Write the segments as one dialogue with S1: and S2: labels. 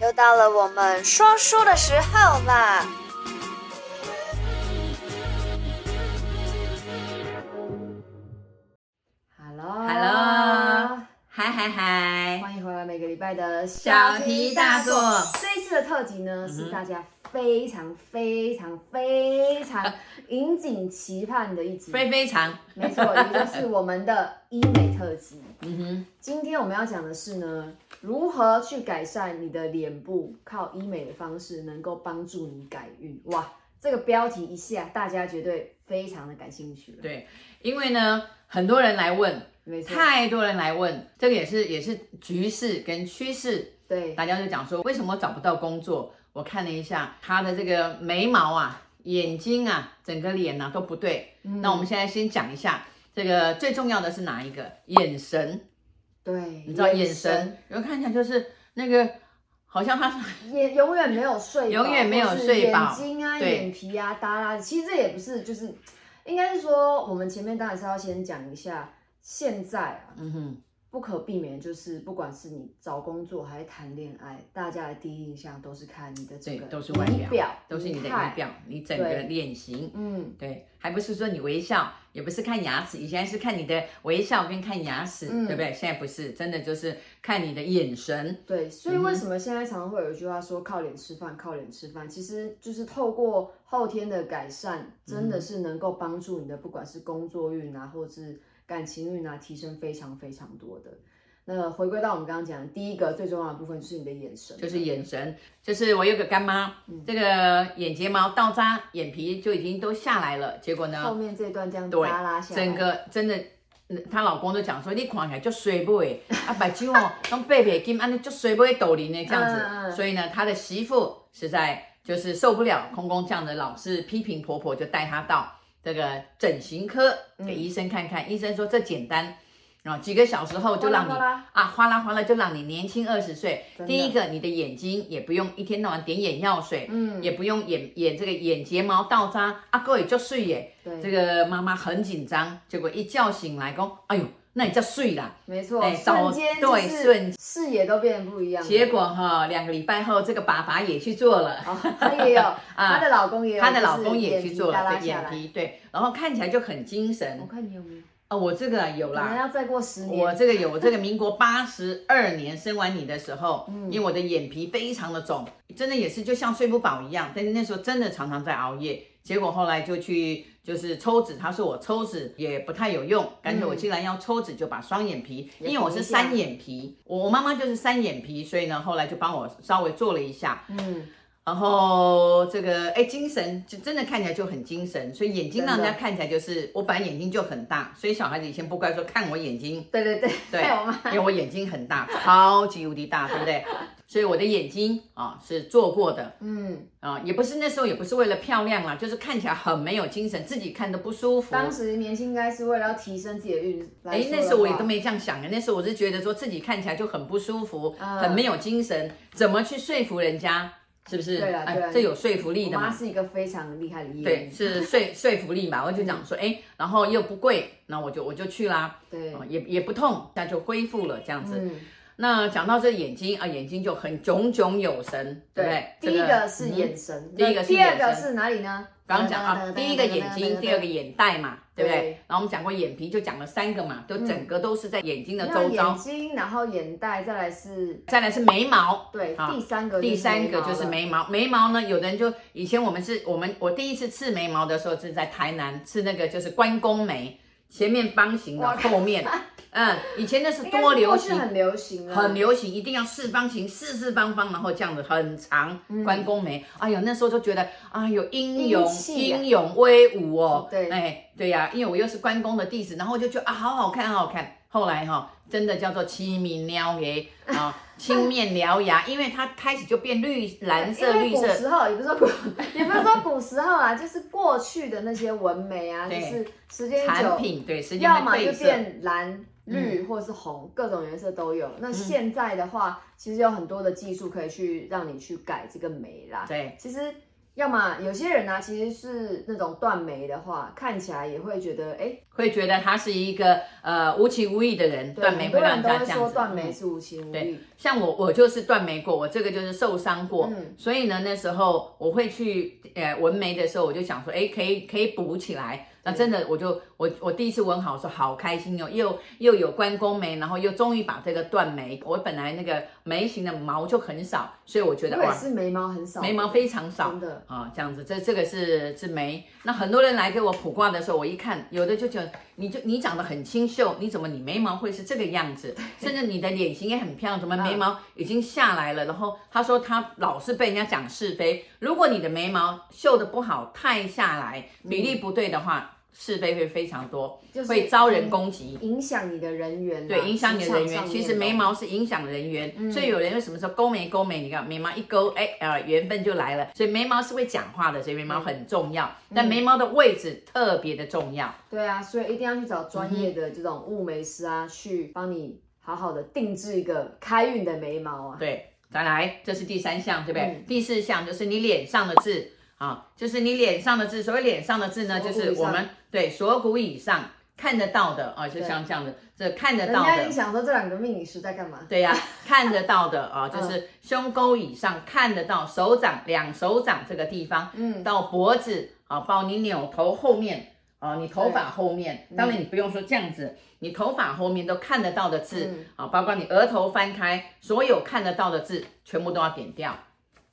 S1: 又到了我们说书的时候啦！Hello，
S2: Hello 嗨嗨嗨！
S1: 欢迎回来每个礼拜的
S2: 小题大做
S1: 这一次的特辑呢，
S2: 嗯哼
S1: 是大家非常非常非 常引颈期盼的一集。
S2: 非非常，
S1: 没错，也就是我们的医美特辑。
S2: 嗯哼，
S1: 今天我们要讲的是呢，如何去改善你的脸部，靠医美的方式能够帮助你改运。哇，这个标题一下，大家绝对非常的感兴趣了。
S2: 对，因为呢，很多人来问，
S1: 没错，
S2: 太多人来问，这个也是也是局势跟趋势，
S1: 对，
S2: 大家就讲说，为什么找不到工作？我看了一下他的这个眉毛啊、眼睛啊、整个脸啊都不对。
S1: 嗯
S2: 那我们现在先讲一下这个最重要的是哪一个？眼神，
S1: 对，
S2: 你知道眼神，有看起来就是那个，好像他
S1: 也永远没有睡饱，
S2: 永远没有
S1: 或是
S2: 睡饱
S1: 眼睛啊、
S2: 对
S1: 眼皮啊、耷拉。其实这也不是，就是应该是说，我们前面当然是要先讲一下，现在啊，
S2: 嗯哼，
S1: 不可避免就是，不管是你找工作还是谈恋爱，大家的第一印象都是看你的这
S2: 对，
S1: 个
S2: 都是外
S1: 仪表，
S2: 都是你的
S1: 仪
S2: 仪
S1: 态。
S2: 表，你整个
S1: 对
S2: 脸型。
S1: 嗯
S2: 对，还不是说你微笑，也不是看牙齿，以前是看你的微笑跟看牙齿，
S1: 嗯
S2: 对不对？现在不是，真的就是看你的眼神。
S1: 对，所
S2: 嗯
S1: 以为什么现在常常会有一句话说“靠脸吃饭，靠脸吃饭”，其实就是透过后天的改善，真
S2: 嗯
S1: 的是能够帮助你的，不管是工作运啊，或是感情运啊，提升非常非常多的。那回归到我们刚刚讲的第一个最重要的部分，就是你的眼神，
S2: 就是眼神，就是我有个干妈，这个眼睫毛倒扎，眼皮就已经都下来了，结果
S1: 后
S2: 呢，
S1: 面这段这样
S2: 啊对
S1: 耷拉下来，
S2: 整个真的，嗯她老公都讲说你看起来就水不会， 啊白睭哦，拢白白金，安尼就水不会抖零的这样子，
S1: 嗯嗯
S2: 所以呢，她的媳妇实在就是受不了公公这样的老是批评婆婆，就带她到这个整形科给医生看看，医生说这简单。然后几个小时后就让
S1: 嗯
S2: 你
S1: 哗啦哗啦
S2: 啊哗啦哗啦就让你年轻二十岁。
S1: 真的
S2: 第一个，你的眼睛也不用一天到晚点眼药水，
S1: 嗯
S2: 也不用眼眼这个眼睫毛倒扎，啊哥也就睡耶。
S1: 对，
S2: 这个妈妈很紧张，结果一觉醒来，讲：“哎呦，那你叫睡啦。
S1: 没错，
S2: 哎
S1: 瞬间就
S2: 对瞬
S1: 是视野都变得不一样”了。
S2: 结果哈、两个礼拜后，这个爸爸也去做 了，
S1: 哦，她也有，她的老公也有，
S2: 啊她的老公也
S1: 就是
S2: 去做
S1: 眼
S2: 了，
S1: 皮耷
S2: 对眼
S1: 拉下来。
S2: 皮对，然后看起来就很精神
S1: 我看你有没有，
S2: 哦。我这个有
S1: 可能
S2: 啦，
S1: 要再过十年，
S2: 我这个有，我这个民国八十二年生完你的时候，
S1: 嗯
S2: 因为我的眼皮非常的肿，真的也是就像睡不饱一样，但是那时候真的常常在熬夜，结果后来就去就是抽脂，他说我抽脂也不太有用，干脆我既然要抽脂，就把双眼皮，
S1: 也
S2: 因为我是
S1: 缝一下
S2: 三眼皮，我我妈妈就是三眼皮，所以呢后来就帮我稍微做了一下，
S1: 嗯，
S2: 然后这个哎精神就真的看起来就很精神，所以眼睛让人
S1: 真的
S2: 家看起来就是我本来眼睛就很大，所以小孩子以前不乖说看我眼睛。
S1: 对对对，
S2: 对
S1: 还有吗？，
S2: 因为我眼睛很大，超级无敌大，对 不对？所以我的眼睛啊、是做过的
S1: 嗯，
S2: 啊、也不是那时候也不是为了漂亮啦，就是看起来很没有精神，自己看都不舒服。
S1: 当时年轻应该是为了要提升自己的运来
S2: 哎
S1: 说，的话
S2: 那时候我也都没这样想啊的，那时候我是觉得说自己看起来就很不舒服，
S1: 嗯
S2: 很没有精神，怎么去说服人家？是不是？
S1: 对啦
S2: 哎
S1: 对啊啦
S2: 这有说服力
S1: 我
S2: 的
S1: 妈
S2: 嘛？
S1: 是一个非常厉害的艺
S2: 对，
S1: 人，
S2: 是说说服力嘛？我就讲说，哎，然后又不贵，那我就我就去啦，
S1: 对
S2: 哦也也不痛，那就恢复了这样子。
S1: 嗯，
S2: 那讲到这眼睛啊，眼睛就很炯炯有神，对不对？
S1: 第一
S2: 这
S1: 个是
S2: 嗯
S1: 眼神，
S2: 第一个
S1: 那
S2: 是
S1: 第二
S2: 眼
S1: 个
S2: 神
S1: 是哪里呢？
S2: 刚刚讲啊，第一个眼睛，第二个眼袋嘛，对不对
S1: 对？
S2: 然后我们讲过眼皮，就讲了三个嘛，都整个都是在眼睛的
S1: 然后
S2: 周遭
S1: 眼。睛，然后眼袋，再来是，
S2: 再来是眉毛，
S1: 对，
S2: 好
S1: 第三个
S2: 啊第三个就是
S1: 眉
S2: 眉毛。眉毛呢，有的人就以前我们是我们我第一次刺眉毛的时候是在台南刺那个就是关公眉，前面方形的，
S1: 哇
S2: 后 面嗯，以前那是
S1: 毛了，
S2: 多流
S1: 应
S2: 行
S1: 该是过去。很流行了，
S2: 很流行，一定要四方形，四四方方，然后这样子很长，关公眉。哎呦，那时候就觉得，哎呦，英勇
S1: 嗯英气啊
S2: 英勇威武哦。
S1: 对
S2: 哎，对呀、因为我又是关公的弟子，然后我就觉得啊，好好看，好好看。后来哈、真的叫做七米撩牙啊，青面獠牙，因为它开始就变绿蓝色
S1: 因为
S2: 绿
S1: 古
S2: 色，
S1: 时候也不是 说古，也不是说古时候啊，就是过去的那些纹眉啊，就
S2: 对
S1: 是时间久
S2: 产，品对，时间
S1: 要么
S2: 会
S1: 就
S2: 褪色。嗯
S1: 变蓝、绿或是红，各种颜色都有。那现在的话，其实有很多的技术可以去让你去改这个眉啦。
S2: 对，
S1: 其实要么有些人呢、啊其实是那种断眉的话，看起来也会觉得，哎，
S2: 会觉得他是一个呃无情无义的人，
S1: 对
S2: 断眉
S1: 很
S2: 会
S1: 多
S2: 让
S1: 人
S2: 人
S1: 都
S2: 家
S1: 会
S2: 这样
S1: 说
S2: 子。
S1: 断眉
S2: 嗯
S1: 是无情无义，
S2: 像我，我就是断眉过，我这个就是受伤过，
S1: 嗯
S2: 所以呢，那时候我会去呃纹眉的时候，我就想说，哎，可以可以补起来。那
S1: 嗯
S2: 真的，我就我我第一次纹好，说好开心哦，又又有关公眉，然后又终于把这个断眉，我本来那个眉形的毛就很少，所以我觉得
S1: 我也
S2: 哇，
S1: 是眉毛很少，
S2: 眉毛非常少
S1: 真的，
S2: 啊、这样子，这这个是是眉。那很多人来给我卜卦的时候，我一看，有的就觉得你就你长得很清秀，你怎么你眉毛会是这个样子？甚至你的脸型也很漂亮，怎么眉毛已经下来了？然后他说他老是被人家讲是非，如果你的眉毛绣的不好，太下来，比例不对的话，是非会非常多，
S1: 就是
S2: 会招人攻击。
S1: 影响你的人缘啊，
S2: 对，影响你的人缘。
S1: 职场上面
S2: 其实眉毛是影响人缘，
S1: 嗯
S2: 所以有人为什么说勾眉勾眉？你看眉毛一勾，哎呃，缘分就来了。所以眉毛是会讲话的，所以眉毛很重要。
S1: 嗯
S2: 但眉毛的位置特别的重要。
S1: 对啊，所以一定要去找专业的这种雾眉师啊，去帮你好好的定制一个开运的眉毛啊。
S2: 对，再来，这是第三项，对不对？
S1: 嗯
S2: 第四项就是你脸上的痣啊，就是你脸上的痣。所谓脸上的痣呢，
S1: 锁
S2: 就
S1: 骨
S2: 是
S1: 以
S2: 我
S1: 上
S2: 们对锁骨以上看得到的啊，就
S1: 对
S2: 像这样的，这看得
S1: 人
S2: 到的。
S1: 家一定想说这两个命理师在干嘛？
S2: 对呀、 看得到的
S1: 嗯
S2: 啊，就是胸沟以上看得到，手掌两手掌这个地方，
S1: 嗯，
S2: 到脖子啊，包括你扭头后面啊，你头发后面，
S1: 嗯
S2: 当然你不用说这样子，你头发后面都看得到的字
S1: 嗯
S2: 啊，包括你额头翻开，所有看得到的字全部都要点掉。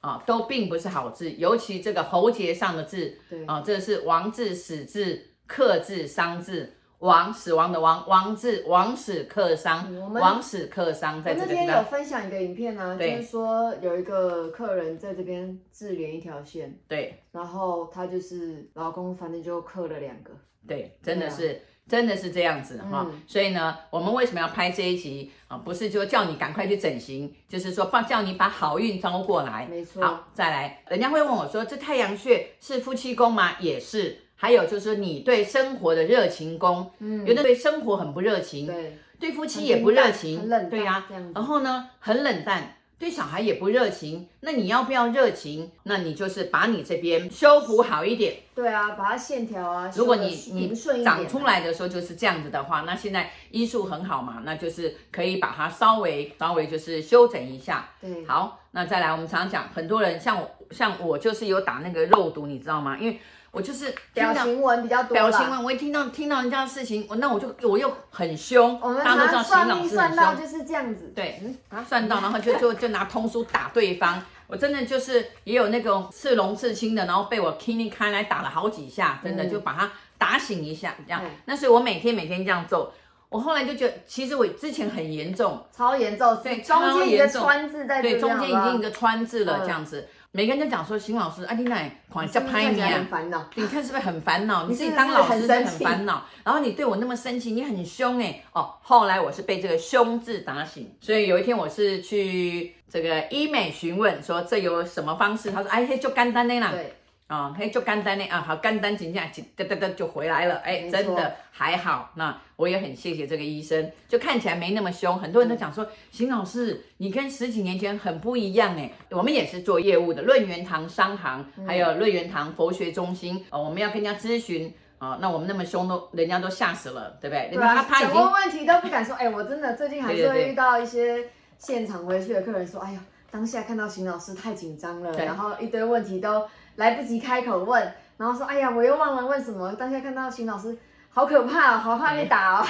S2: 啊，都并不是好字，尤其这个喉结上的字，
S1: 对
S2: 啊，这是王字、死字、克字、伤字，王死亡的王，王字王死克伤，
S1: 嗯我们
S2: 王死克伤，在
S1: 我
S2: 这
S1: 那
S2: 个
S1: 天
S2: 地
S1: 有
S2: 方，
S1: 分享一个影片啊，就
S2: 对
S1: 是说有一个客人在这边自连一条线，
S2: 对
S1: 然后他就是老公，反正就刻了两个。
S2: 对，真的
S1: 对啊
S2: 是。真的是这样子哈、
S1: 嗯
S2: 所以呢，我们为什么要拍这一集啊？不是说叫你赶快去整形，就是说帮叫你把好运招过来。
S1: 没错
S2: 好，再来，人家会问我说，这太阳穴是夫妻宫吗？也是。还有就是你对生活的热情宫，
S1: 嗯
S2: 有的对生活很不热情，
S1: 对，
S2: 对夫妻也不热情，
S1: 很冷淡
S2: 对啊呀、
S1: 这样子
S2: 然后呢，很冷淡，对小孩也不热情。那你要不要热情？那你就是把你这边修补好一点。
S1: 对啊，把它线条啊，
S2: 如果
S1: 修得
S2: 你
S1: 平顺
S2: 你
S1: 一点啊
S2: 长出，来的时候就是这样子的话，那现在医术很好嘛，那就是可以把它稍微稍微就是修整一下。
S1: 对，
S2: 好，那再来，我们常常讲，很多人像我像我就是有打那个肉毒，你知道吗？因为我就是听
S1: 表
S2: 到。
S1: 情纹比较多啦。
S2: 表情纹，我一听到听到人家的事情，我那我就我又很凶，
S1: 我们
S2: 大家都知道
S1: 常算
S2: 邢老
S1: 命
S2: 师很
S1: 算
S2: 凶，
S1: 到就是这样子。
S2: 对
S1: 嗯，啊
S2: 算到，然后就 就就拿通书打对方。我真的就是也有那种刺龙刺青的，然后被我 k i n i 开来打了好几下，真的
S1: 嗯
S2: 就把他打醒一下这样
S1: 嗯。
S2: 那所以我每天每天这样做，我后来就觉得，其实我之前很严重，
S1: 超严重，
S2: 对
S1: 中
S2: 超
S1: 间一
S2: 严
S1: 个
S2: 重
S1: 川字在
S2: 对，
S1: 这
S2: 中
S1: 边
S2: 间已经一
S1: 好
S2: 个川字了
S1: 嗯
S2: 这样子。每个人就讲说，邢老师，啊，你那
S1: 不好
S2: 狂
S1: 是
S2: 叫拍
S1: 不是看起
S2: 你
S1: 来
S2: 啊
S1: 很，烦恼。
S2: 你看是不是很烦恼？你
S1: 你
S2: 自
S1: 是不
S2: 己
S1: 是
S2: 当老师是不是
S1: 很
S2: 很
S1: 生气
S2: 烦恼，然后你对我那么生气，你很凶哎、哦，后来我是被这个凶字打醒，所以有一天我是去这个医美询问，说这有什么方式？他说哎嘿就简单的啦，
S1: 对，
S2: 啊、嘿就简单的啊，好简单请假，哒哒哒就回来了，哎、
S1: 没错
S2: 真的还好。那我也很谢谢这个医生，就看起来没那么凶。很多人都讲说，邢老师你跟十几年前很不一样哎。我们也是做业务的，论元堂商行，
S1: 嗯
S2: 还有论元堂佛学中心，哦，我们要跟人家咨询。啊、那我们那么凶都，人家都吓死了，对不对？人
S1: 对
S2: 家
S1: 啊
S2: 他，他已
S1: 想
S2: 经
S1: 问问题都不敢说。哎，我真的最近还
S2: 对
S1: 是
S2: 对对
S1: 会遇到一些现场回去的客人说，哎呀，当下看到邢老师太紧张了，
S2: 对
S1: 然后一堆问题都来不及开口问，然后说，哎呀，我又忘了问什么。当下看到邢老师，好可怕哦，好怕被打哦。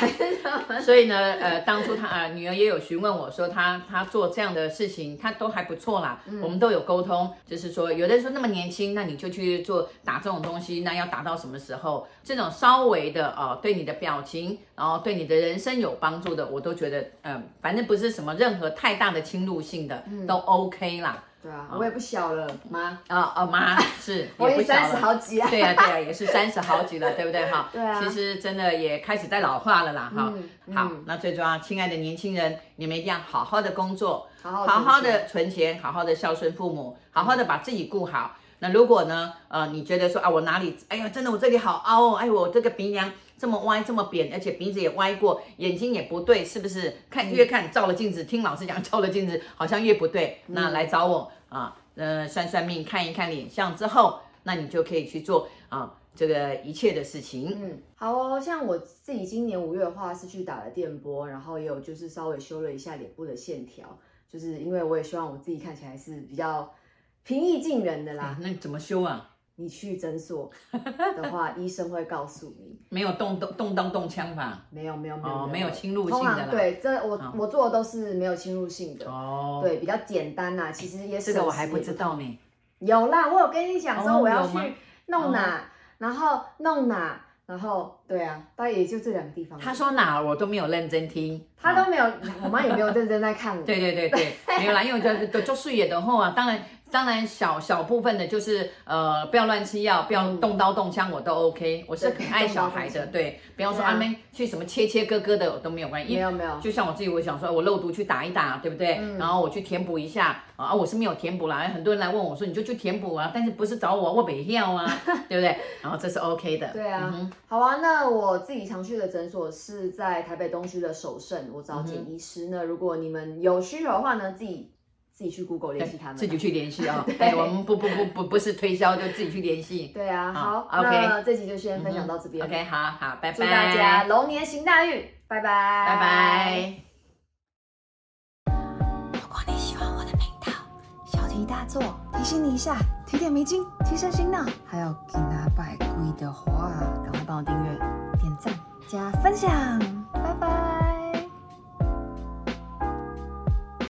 S2: 所以呢，呃，当初他呃女儿也有询问我说她，她做这样的事情，她都还不错啦，我们都有沟通，就是说，有的人说那么年轻，那你就去做打这种东西，那要打到什么时候？这种稍微的呃，对你的表情，然后对你的人生有帮助的，我都觉得，嗯、反正不是什么任何太大的侵入性的，都 OK 啦。
S1: 对啊， 我也不小了，妈，
S2: 啊、呃、妈是，
S1: 我
S2: 也
S1: 已
S2: 不
S1: 经
S2: 小
S1: 三十
S2: 了。
S1: 好几啊。
S2: 对呀、对呀、也是三十好几了，对不对哈？
S1: 对啊
S2: 其实真的也开始在老化了啦哈。
S1: 嗯嗯
S2: 好，那最重要，亲爱的年轻人，你们一定要好好的工作，
S1: 好好
S2: 好
S1: 好
S2: 好的存钱，好好的孝顺父母，好好的把自己顾好。那如果呢，呃，你觉得说啊，我哪里，哎呀，真的我这里好凹哦，哎，我这个鼻梁这么歪这么扁，而且鼻子也歪过，眼睛也不对，是不是？看越看照了镜子，听老师讲照了镜子，好像越不对。那来找我啊，呃，算算命，看一看脸相之后，那你就可以去做啊这个一切的事情。
S1: 嗯，好哦。像我自己今年五月的话是去打了电波，然后也有就是稍微修了一下脸部的线条，就是因为我也希望我自己看起来是比较平易近人的啦
S2: 啊。，那你怎么修啊？
S1: 你去诊所的话，医生会告诉你。
S2: 没有动动动刀动枪吧？
S1: 没有没有没有、
S2: 哦，没有侵入性
S1: 通
S2: 的啦
S1: 常。对，这我、
S2: 好
S1: 我做的都是没有侵入性的，
S2: 哦，
S1: 对，比较简单啦、其实也
S2: 这个我还不知
S1: 道。
S2: 道呢。
S1: 有啦，我有跟你讲说
S2: 哦
S1: 我要
S2: 有
S1: 去
S2: 吗
S1: 弄哪，然后弄哪，然后对啊，大概也就这两个地方。
S2: 他说哪儿我都没有认真听，
S1: 他
S2: 啊
S1: 都没有，我妈也没有认真在看我。
S2: 对对 对对，没有啦，因为我就就视野的后啊，当然当然小小部分的就是呃不要乱吃药，不要动刀动枪，我都 OK，我是
S1: 对
S2: 很爱小孩的，对，不要说
S1: 对啊
S2: 阿妹去什么切切割割的我都没有关系，
S1: 没有没有，
S2: 就像我自己，我想说，我肉毒去打一打，对不对？
S1: 嗯
S2: 然后我去填补一下啊，我是没有填补啦。很多人来问我说，你就去填补啊，但是不是找我，我北要啊，对不对？然后这是 OK 的。
S1: 对啊，好啊。那我自己常去的诊所是在台北东区的首盛，我找
S2: 嗯
S1: 简医师呢。如果你们有需求的话呢，自己自己去 Google 联系他们啊，
S2: 自己去联系啊、
S1: 对
S2: 哎，我们不不不不不是推销，就自己去 联系。
S1: 对啊，
S2: 好
S1: 好
S2: OK 嗯
S1: 那这集就先分享到这边。
S2: OK，好好，拜拜，
S1: 祝大家龙年行大运，拜拜，拜
S2: 拜拜。
S3: 如果你喜欢我的频道，小题大做提醒你一下，提点迷津，提神醒脑。还有给他拜龟的话。